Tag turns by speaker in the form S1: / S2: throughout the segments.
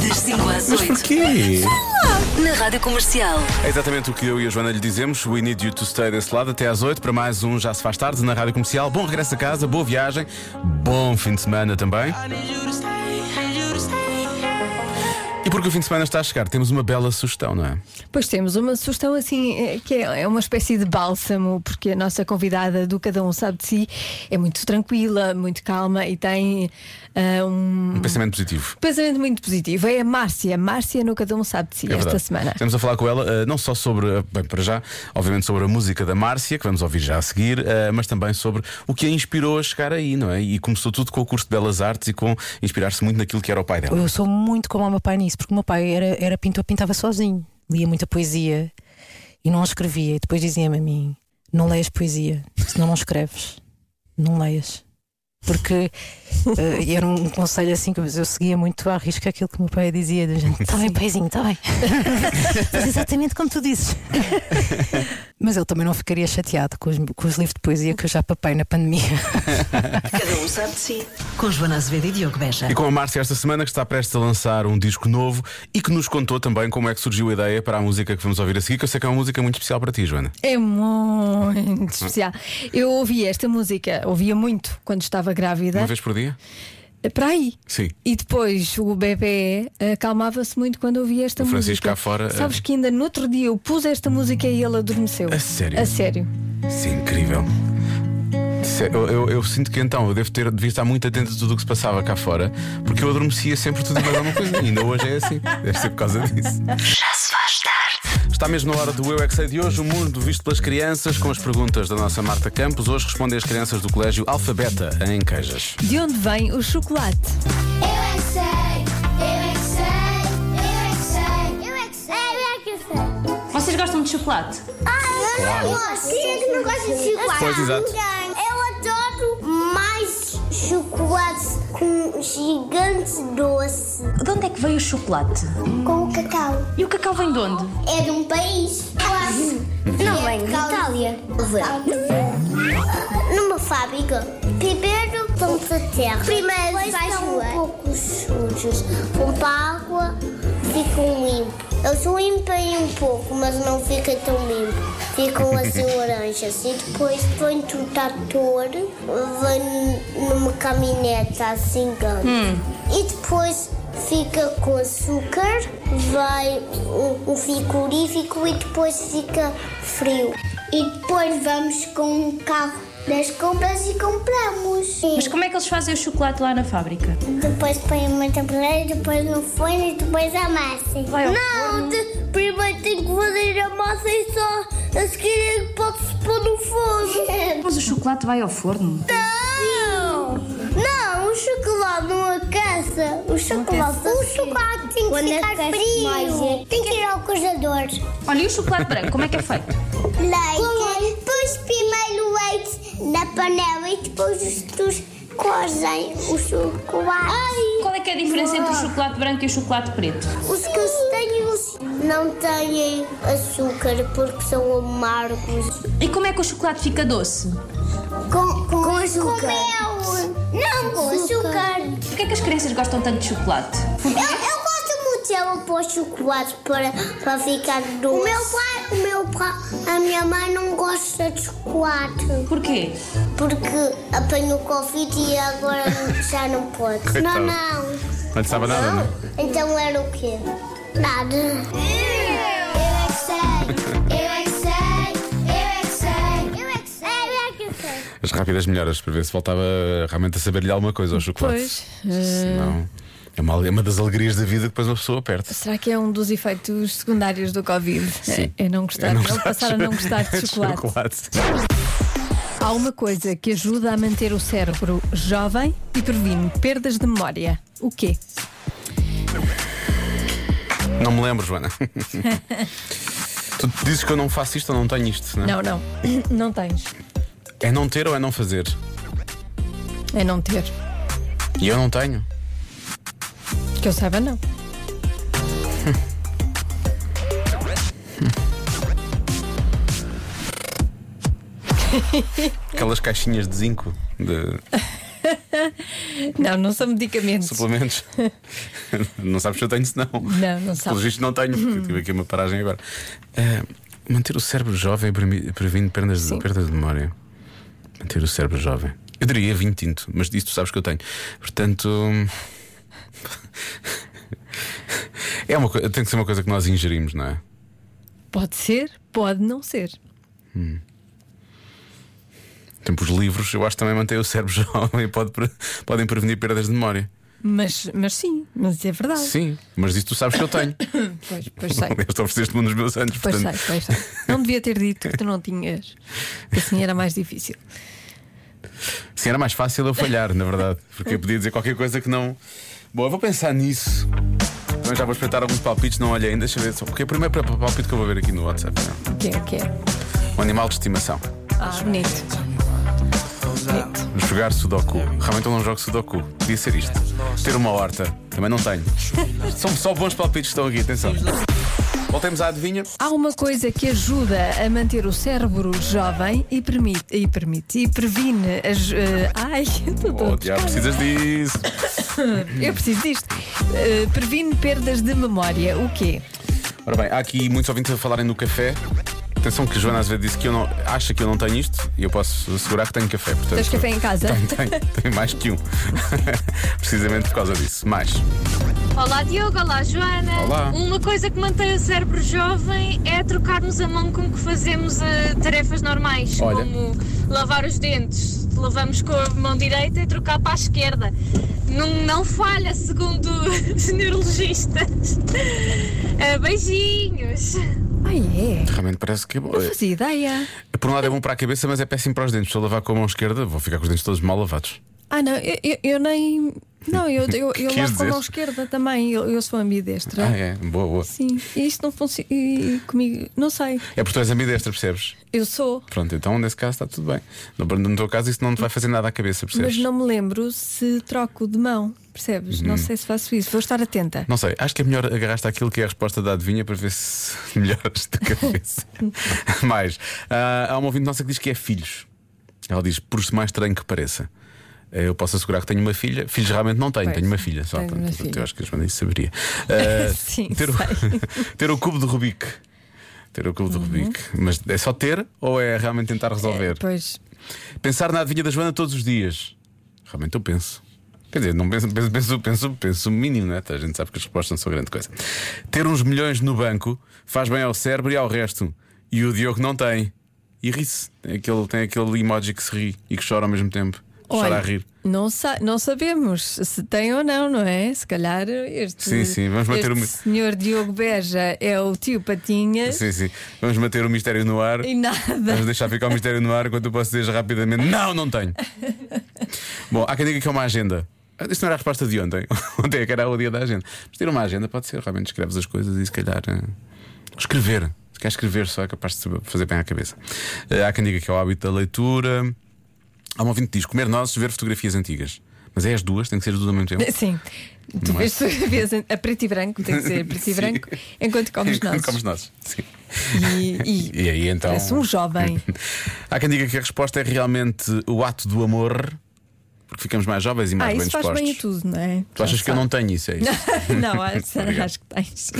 S1: Das 5 às
S2: Mas
S1: 8,
S2: porquê?
S1: na rádio comercial.
S2: É exatamente o que eu e a Joana lhe dizemos. We need you to stay desse lado até às 8 para mais um Já Se Faz Tarde na Rádio Comercial. Bom regresso a casa, boa viagem, bom fim de semana também. E porque o fim de semana está a chegar, temos uma bela sugestão, não é?
S3: Pois temos uma sugestão assim, eh, que é é uma espécie de bálsamo, porque a nossa convidada do Cada Um Sabe de Si é muito tranquila, muito calma e tem ah, um
S2: Um pensamento positivo.
S3: pensamento muito positivo. É a Márcia. Márcia no Cada Um Sabe de Si
S2: É
S3: esta
S2: verdade.
S3: semana.
S2: Estamos a falar com ela eh, não só sobre, eh, bem, para já, obviamente sobre a música da Márcia, que vamos ouvir já a seguir, eh, mas também sobre o que a inspirou a chegar aí, não é? E começou tudo com o curso de Belas Artes e com inspirar-se muito naquilo que era o pai dela.
S4: Eu sou muito como o meu pai nisso, porque o meu pai era, era pintor, pintava sozinho, lia muita poesia e não escrevia. E depois dizia-me a mim: não leias poesia, senão não escreves, não leias. Porque eh, era um conselho assim que eu eu seguia muito à risca aquilo que o meu pai dizia: está bem, paizinho, está bem. Faz exatamente como tu dizes. Mas ele também não ficaria chateado com os, com os livros de poesia que eu já papai na pandemia.
S1: Cada um sabe de si. Com Joana Azevedo e Diogo Beja.
S2: E com a Márcia esta semana, que está prestes a lançar um disco novo e que nos contou também como é que surgiu a ideia para a música que vamos ouvir a seguir, que eu sei que é uma música muito especial para ti, Joana.
S3: É muito especial. Eu ouvi esta música, ouvia muito quando estava grávida.
S2: Uma vez por dia?
S3: Para aí.
S2: Sim.
S3: E depois o bebê eh, acalmava-se muito quando ouvia esta
S2: O Francisco
S3: música.
S2: cá fora,
S3: Sabes
S2: eh,
S3: que ainda no outro dia eu pus esta música e ele adormeceu.
S2: A sério?
S3: A sério.
S2: Isso é incrível. Isso é- Eu, eu- eu sinto que então eu devo ter, devia estar muito atento a tudo o que se passava cá fora, porque eu adormecia sempre tudo e mais alguma coisa. E ainda hoje é assim. Deve ser por causa disso.
S1: Já se faz tarde.
S2: Está mesmo na hora do Eu é Que Sei de hoje, o mundo visto pelas crianças, com as perguntas da nossa Marta Campos. Hoje respondem as crianças do Colégio Alfabeta em Queijas.
S3: De onde vem o chocolate?
S5: Eu é que sei, eu é que sei, eu é que sei, eu é que sei, eu é que sei.
S6: Vocês gostam de chocolate?
S5: Ah, eu não gosto. Quem é que não gosta de chocolate?
S2: Pois, exato.
S5: Eu adoro mais chocolates com gigante doce.
S6: De onde é que veio o chocolate?
S5: Com cacau.
S6: E o cacau vem de onde?
S5: É de um país. Quase. Não vem de Itália. Numa fábrica. Primeiro vão para a terra. Primeiro Depois vai estão um pouco sujos. Vão para a água, ficam limpos. Eu sou limpo aí um pouco, mas não fica tão limpo. Ficam assim laranjas. E depois põe o trator, vem numa caminhonete assim grande. E depois fica com açúcar, vai um, um frigorífico e depois fica frio. E depois vamos com um carro das compras e compramos.
S6: Mas como é que eles fazem o chocolate lá na fábrica?
S5: Depois põe uma tabuleira, depois no forno e depois amassa.
S6: Vai ao
S5: Não, de- primeiro tem que fazer a massa e só a seguir é que pode-se pôr no forno.
S6: Mas o chocolate vai ao forno?
S5: Não! Não, o chocolate não aquece. O chocolate, o chocolate tem que ficar frio.
S6: é.
S5: Tem que ir ao congelador.
S6: Olha, e o chocolate branco, como é que é feito?
S5: Leite. Pôs primeiro o leite na panela e depois os teus cozem o chocolate.
S6: Qual é que é a diferença entre o chocolate branco e o chocolate preto?
S5: Os que têm os não têm açúcar porque são amargos.
S6: E como é que o chocolate fica doce?
S5: Com, com, açúcar. Não com açúcar.
S6: Porquê é que as crianças gostam tanto de chocolate?
S5: Eu, eu gosto muito de ela pôr chocolate para, para ficar doce. O meu pai, o meu pai, a minha mãe não gosta de chocolate
S6: Porquê?
S5: porque apanhou Covid e agora já não pode.
S2: Coitado.
S5: Não, não.
S2: Não lhe sabe nada, não? é?
S5: Então era o quê? Nada. Eu é que sei, eu é que sei, eu é que sei, eu é que sei, eu é que sei.
S2: As rápidas melhoras, para ver se voltava realmente a saber-lhe alguma coisa ao chocolate.
S3: Pois, eh,
S2: Senão, é uma, é uma das alegrias da vida que depois uma pessoa perde.
S3: Será que é um dos efeitos secundários do Covid?
S2: Sim.
S3: É, é não gostar,
S2: É
S3: é ele passar a não gostar de chocolate. Há uma coisa que ajuda a manter o cérebro jovem e previne perdas de memória. O quê?
S2: Não me lembro, Joana. tu dizes que eu não faço isto ou não tenho isto, não é?
S3: Não, não. Não tens.
S2: É não ter ou é não fazer?
S3: É não ter.
S2: E eu não tenho.
S3: Que eu saiba, não.
S2: Aquelas caixinhas de zinco de
S3: Não, não são medicamentos.
S2: suplementos. não sabes se eu tenho, se não.
S3: Não, não
S2: Pelo
S3: sabe.
S2: visto não tenho, porque eu tive aqui uma paragem agora. Eh, manter o cérebro jovem é premi- previne perdas de, perdas de memória. Manter o cérebro jovem. Eu diria vinho tinto, mas disso tu sabes que eu tenho. Portanto. É uma, co- tem que ser uma coisa que nós ingerimos, não é?
S3: Pode ser, pode não ser.
S2: Tempo os livros, eu acho que também manter o cérebro jovem pode, pre- podem prevenir perdas de memória.
S3: Mas, mas sim, mas é verdade.
S2: Sim, mas isso tu sabes que eu tenho.
S3: Pois, pois sei.
S2: Aliás, tu ofereceste-me um dos meus anos,
S3: Pois sei,
S2: portanto.
S3: pois sei. Não devia ter dito que tu não tinhas. Assim era mais difícil.
S2: Sim, era mais fácil eu falhar, na verdade. Porque eu podia dizer qualquer coisa que não. Bom, eu vou pensar nisso. Também já vou espreitar alguns palpites, não olhei ainda. Deixa eu ver só. Porque é o primeiro pa- palpite que eu vou ver aqui no WhatsApp. não
S3: O que é, o que é?
S2: é? Um animal de estimação.
S3: Ah, bonito. Bonito.
S2: Jogar Sudoku. Realmente eu não jogo Sudoku. Podia ser isto. Ter uma horta. Também não tenho. São só bons palpites que estão aqui, atenção. Voltemos à adivinha.
S3: Há uma coisa que ajuda a manter o cérebro jovem e permite e, permite, e previne as. eh, ai, estou
S2: Oh,
S3: todo
S2: diabo, precisas disso.
S3: Eu preciso disto. Eh, previne perdas de memória. O quê?
S2: Ora bem, há aqui muitos ouvintes a falarem no café. Atenção que Joana às vezes disse que eu não acha que eu não tenho isto e eu posso assegurar que tenho café. Portanto,
S3: Tens café em casa?
S2: Tenho, tenho mais que um. Precisamente por causa disso. Mais.
S7: Olá Diogo, olá Joana.
S2: Olá.
S7: Uma coisa que mantém o cérebro jovem é trocarmos a mão com que fazemos eh, tarefas normais,
S2: Olha.
S7: como lavar os dentes. Lavamos com a mão direita e trocar para a esquerda. Não, não falha, segundo os neurologistas. Eh, beijinhos.
S3: Ai, é.
S2: Realmente parece que é bom.
S3: Não fazia ideia.
S2: Por um lado é bom para a cabeça, mas é péssimo para os dentes. Se eu lavar com a mão esquerda, vou ficar com os dentes todos mal lavados.
S3: Ah, não, eu, eu- eu nem. Não, eu, eu, eu
S2: Quis
S3: lavo com a mão
S2: dizer.
S3: esquerda também. Eu, eu sou ambidestra.
S2: Ah, é. Boa, boa.
S3: Sim, e isto não funciona. e- e Comigo, não sei.
S2: É porque tu és ambidestra, percebes?
S3: Eu sou,
S2: Pronto, então nesse caso está tudo bem. No, no teu caso, isso não te vai fazer nada à cabeça, percebes? Uhum.
S3: mas não me lembro se troco de mão, percebes? Não sei se faço isso. Vou estar atenta.
S2: Não sei, acho que é melhor agarrar-te àquilo que é a resposta da adivinha para ver se melhoras de cabeça. mais, ah, há uma ouvinte nossa que diz que é filhos. Ela diz, por mais estranho que pareça. eh, Eu posso assegurar que tenho uma filha. Filhos realmente não tenho,
S3: Pois,
S2: tenho uma filha só.
S3: tenho uma
S2: portanto,
S3: filha.
S2: Eu acho que a Joana isso saberia. Ah,
S3: Sim,
S2: ter, o, ter o cubo de Rubik. Ter o
S3: Uhum.
S2: cubo de Rubik. Mas é só ter ou é realmente tentar resolver?
S3: Pois,
S2: Pensar na adivinha da Joana todos os dias. Realmente eu penso. Quer dizer, não penso, penso, penso, penso, penso o mínimo, né? A gente sabe que as respostas não são grande coisa. Ter uns milhões no banco faz bem ao cérebro e ao resto. E o Diogo não tem. E ri-se. Tem aquele, tem aquele emoji que se ri e que chora ao mesmo tempo. Chora
S3: Olha,
S2: a rir.
S3: Não, sa- não sabemos se tem ou não, não é? Se calhar este,
S2: Sim, sim, vamos manter
S3: este
S2: o-
S3: senhor Diogo Beja é o tio Patinhas
S2: Sim, sim. Vamos manter o mistério no ar.
S3: e nada.
S2: Vamos deixar ficar o mistério no ar enquanto eu posso dizer rapidamente: Não, não tenho. Bom, há quem diga que é uma agenda. Ah, Isto não era a resposta de ontem. Ontem é que era o dia da agenda. Mas ter uma agenda pode ser, realmente escreves as coisas e se calhar. eh, Escrever. Se quer escrever, só é capaz de saber- fazer bem à cabeça. Eh, Há quem diga que é o hábito da leitura. Há um ouvinte que diz: comer nozes, ver fotografias antigas. Mas é as duas, tem que ser as duas ao mesmo tempo.
S3: Sim, tu vês, tu vês a preto e branco, tem que ser a preto e
S2: Sim.
S3: branco, enquanto comes nós.
S2: Comes nozes. Sim.
S3: E, e
S2: E aí então.
S3: parece um jovem.
S2: Há quem diga que a resposta é realmente o ato do amor, porque ficamos mais jovens e mais
S3: ah,
S2: bem
S3: isso faz
S2: dispostos.
S3: bem a tudo, não é?
S2: Tu achas que eu não tenho isso, é isso?
S3: não, acho,
S2: Obrigado.
S3: acho que tens.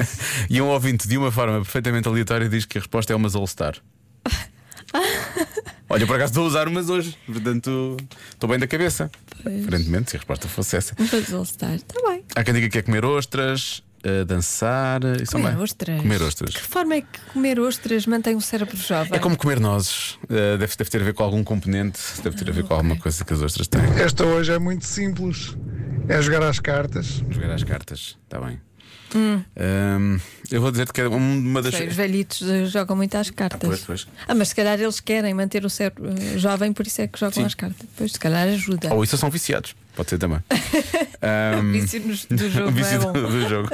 S2: e um ouvinte, de uma forma perfeitamente aleatória, diz que a resposta é umas All-Star. Olha, por acaso estou a usar umas hoje, portanto estou bem da cabeça. Aparentemente, se a resposta fosse essa.
S3: Vamos all estar. Está bem.
S2: Há quem diga que é comer ostras, eh, dançar. eh, Isso
S3: Comer
S2: também.
S3: ostras.
S2: Comer ostras.
S3: Que forma é que comer ostras mantém o cérebro jovem?
S2: É como comer nozes. Eh, deve, deve ter a ver com algum componente, deve ter a ver com alguma coisa que as ostras têm.
S8: Esta hoje é muito simples. É jogar às cartas.
S2: Jogar às cartas, está bem.
S3: Hum.
S2: Ahm, eu vou dizer que é uma das.
S3: Sei, os velhitos eh, jogam muito às cartas.
S2: pois, pois.
S3: Ah, mas se calhar eles querem manter o cérebro eh, jovem, por isso é que jogam às cartas. Pois, se calhar ajuda.
S2: Ou isso são viciados, pode ser também.
S3: O vício nos- do jogo
S2: O um vício
S3: é bom.
S2: do, do jogo.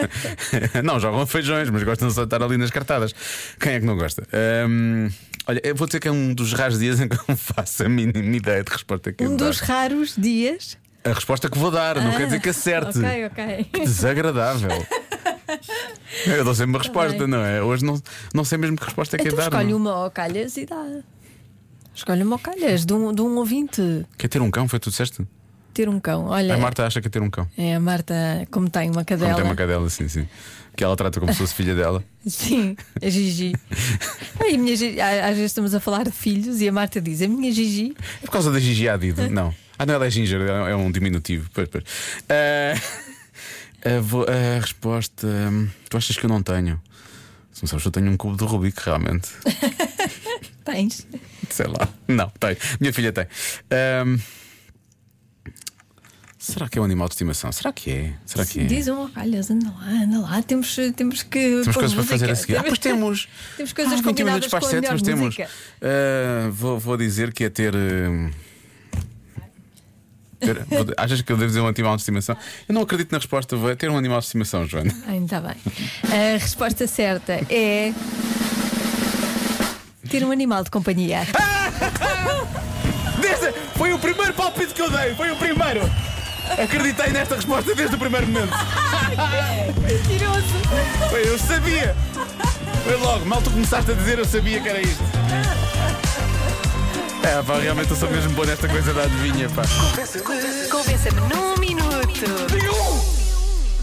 S2: não, jogam a feijões, mas gostam só de estar ali nas cartadas. Quem é que não gosta? Ahm, Olha, eu vou dizer que é um dos raros dias em que eu não faço a mínima ideia de resposta é que eu
S3: Um
S2: vou
S3: dos
S2: dar.
S3: raros dias.
S2: A resposta que vou dar, não quer dizer que acerte.
S3: Ok, ok.
S2: Desagradável. Eu dou sempre uma resposta,
S3: Tá bem.
S2: não é? Hoje não, não sei mesmo que resposta é que é
S3: Então
S2: dar.
S3: escolhe
S2: não.
S3: uma ao calhas e dá. Escolhe uma ao calhas de um, de um ouvinte.
S2: Quer ter um cão? Foi tudo certo?
S3: Ter um cão. Olha,
S2: A Marta acha que é ter um cão.
S3: é a Marta, como tem uma
S2: Como
S3: cadela.
S2: tem uma cadela, sim, sim. Que ela trata como se fosse filha dela.
S3: Sim, a Gigi. Ai, a minha Gigi- a- Às vezes estamos a falar de filhos e a Marta diz: A minha Gigi.
S2: É Por causa da Gigi Hadid, não. Ah, não, ela é Ginger, é é um diminutivo. Pois, pois. Ah, a, vo- eh, a resposta. hum, Tu achas que eu não tenho? Se não sabes, eu tenho um cubo de Rubik, realmente.
S3: Tens.
S2: Sei lá. Não, tem. Minha filha tem. Ahm, será que é um animal de estimação? Será que é? Será que é?
S3: Diz um ao calhas, anda lá, anda lá. Temos, temos que.
S2: Temos
S3: pôr
S2: coisas para fazer
S3: música.
S2: a seguir. Ah, pois temos.
S3: Temos coisas
S2: ah, 20
S3: combinadas
S2: minutos para as
S3: com a
S2: sete,
S3: melhor
S2: mas temos.
S3: música.
S2: Ah, vou, vou dizer que é ter. hum, ter- vou- achas que eu devo dizer um animal de estimação? Eu não acredito na resposta. Vou é ter um animal de estimação, Joana.
S3: Ai, Ainda bem. A resposta certa é. Ter um animal de companhia.
S2: Desde- foi o primeiro palpite que eu dei. Foi o primeiro. Acreditei nesta resposta desde o primeiro momento.
S3: Mentiroso!
S2: Foi, eu sabia! Foi logo, mal tu começaste a dizer, eu sabia que era isto. É, pá, realmente eu sou mesmo bom nesta coisa da adivinha, pá.
S1: Convença-me num minuto.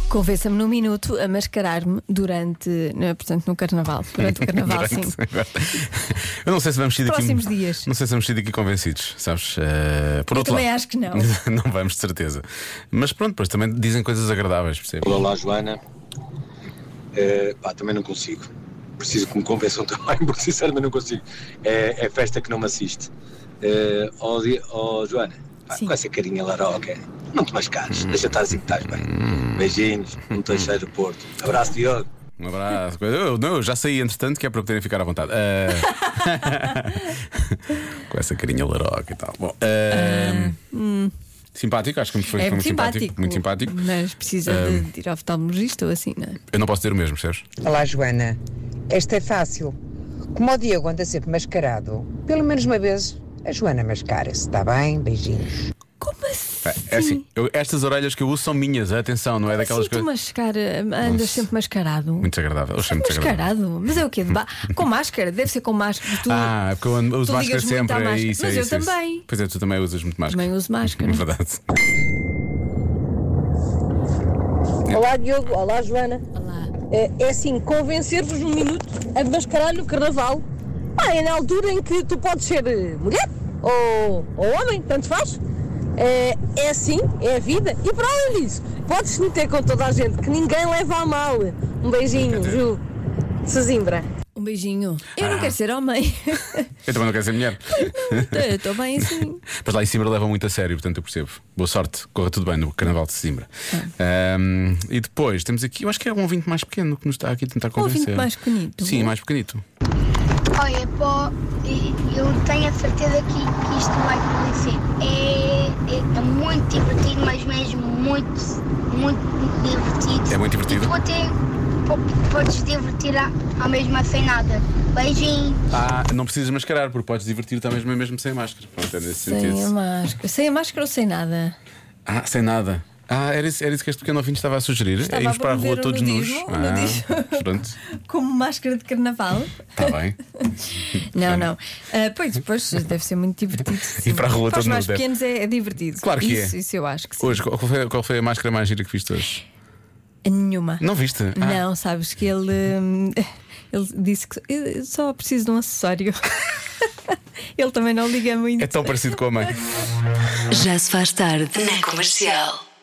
S3: Convença-me num minuto a mascarar-me durante. não é, Portanto, no carnaval. Durante o carnaval, sim.
S2: Agora, Eu não sei se vamos sair daqui.
S3: Próximos dias.
S2: Não sei se vamos sair daqui convencidos, sabes? Eh, por outro
S3: também
S2: lado.
S3: acho que não.
S2: não vamos, de certeza. Mas pronto, depois também dizem coisas agradáveis, percebes?
S9: Olá, Joana. Eh, pá, também não consigo. Preciso que me convençam também, porque sinceramente não consigo. É, é festa que não me assiste. Eh, ó, Di- ó, Joana, pá,
S3: Sim.
S9: com essa carinha laroca, não te mascares. Deixa estar assim que estás bem. Beijinhos, um teixeiro do Porto. Abraço, Diogo.
S2: Um abraço. Eu, não, eu já saí, entretanto, que é para poderem ficar à vontade. Eh, Com essa carinha laroca e tal. Bom, eh, Simpático, acho que me foi,
S3: Ah, hum. É
S2: foi
S3: muito
S2: muito simpático.
S3: simpático.
S2: Muito simpático. Ah.
S3: Mas precisa de, de ir ao oftalmologista ou assim, não é?
S2: Eu não posso ter o mesmo, percebes?
S10: Olá, Joana. Esta é fácil. Como o Diego anda sempre mascarado, pelo menos uma vez a Joana mascara-se, está bem? Beijinhos.
S3: Como assim?
S2: É, é assim, eu- estas orelhas que eu uso são minhas, atenção, não é daquelas
S3: Sim, tu
S2: coisas.
S3: mascar, eh, andas sempre mascarado.
S2: Muito desagradável. Eu achei muito desagradável.
S3: Mascarado? Mas é o quê? De ba- Com máscara? Deve ser com máscara. Tu
S2: Ah, é porque eu ando- uso
S3: tu
S2: máscara
S3: ligas muito à
S2: sempre. É
S3: máscara.
S2: isso,
S3: Mas
S2: é
S3: eu
S2: isso, é isso.
S3: também.
S2: Pois é, tu também usas muito máscara.
S3: também uso máscara.
S2: É verdade.
S11: Olá Diogo, olá Joana.
S3: Olá.
S11: É, é assim, convencer-vos num minuto a mascarar-lhe o carnaval. Ah, é na altura em que tu podes ser eh, mulher ou, ou homem, tanto faz. É, é assim, é a vida. E para além disso, podes se meter com toda a gente, que ninguém leva a mal. Um beijinho, Ju. De Sesimbra.
S3: Um beijinho. Eu
S2: Ah.
S3: não quero ser homem. Então,
S2: Eu também não quero ser mulher.
S3: Eu Estou bem assim.
S2: Mas lá em Simbra levam muito a sério, portanto eu percebo. Boa sorte, corra tudo bem no Carnaval de Simbra.
S3: É.
S2: Ahm, e depois temos aqui, eu acho que é um ouvinte mais pequeno que nos está aqui a tentar
S3: Um ouvinte
S2: convencer.
S3: mais pequenito.
S2: Sim, mais pequenito.
S5: Olha, pó, eu tenho a certeza que, que isto vai acontecer. É, é, é muito divertido, mas mesmo muito, muito, muito divertido.
S2: É muito divertido.
S5: E tu até po- podes divertir à, à mesma sem nada. Beijinho.
S2: Ah, não precisas mascarar, porque podes divertir-te mesmo, mesmo sem máscara. Pronto, é nesse sentido.
S3: Sem a máscara. Sem a máscara ou sem nada?
S2: Ah, sem nada. Ah, era isso, era isso que este pequeno ouvinte estava a sugerir.
S3: Estava
S2: é irmos
S3: a
S2: para a rua
S3: promover o
S2: todos
S3: nudismo,
S2: nus.
S3: o nudismo.
S2: Ah, pronto,
S3: Como máscara de carnaval?
S2: está bem.
S3: Não, não. Ah, pois, pois, deve ser muito divertido. sim.
S2: para a rua
S3: para os
S2: todo
S3: mais
S2: nu deve.
S3: pequenos é, é divertido.
S2: Claro que
S3: isso,
S2: é.
S3: Isso eu acho que sim.
S2: Hoje, qual foi, qual foi a máscara mais gira que viste hoje?
S3: Nenhuma.
S2: Não viste? Ah,
S3: Não, sabes que ele, hum, ele disse que "Eu só preciso de um acessório. ele também não liga muito.
S2: É tão parecido com a mãe.
S1: Já se faz tarde na comercial.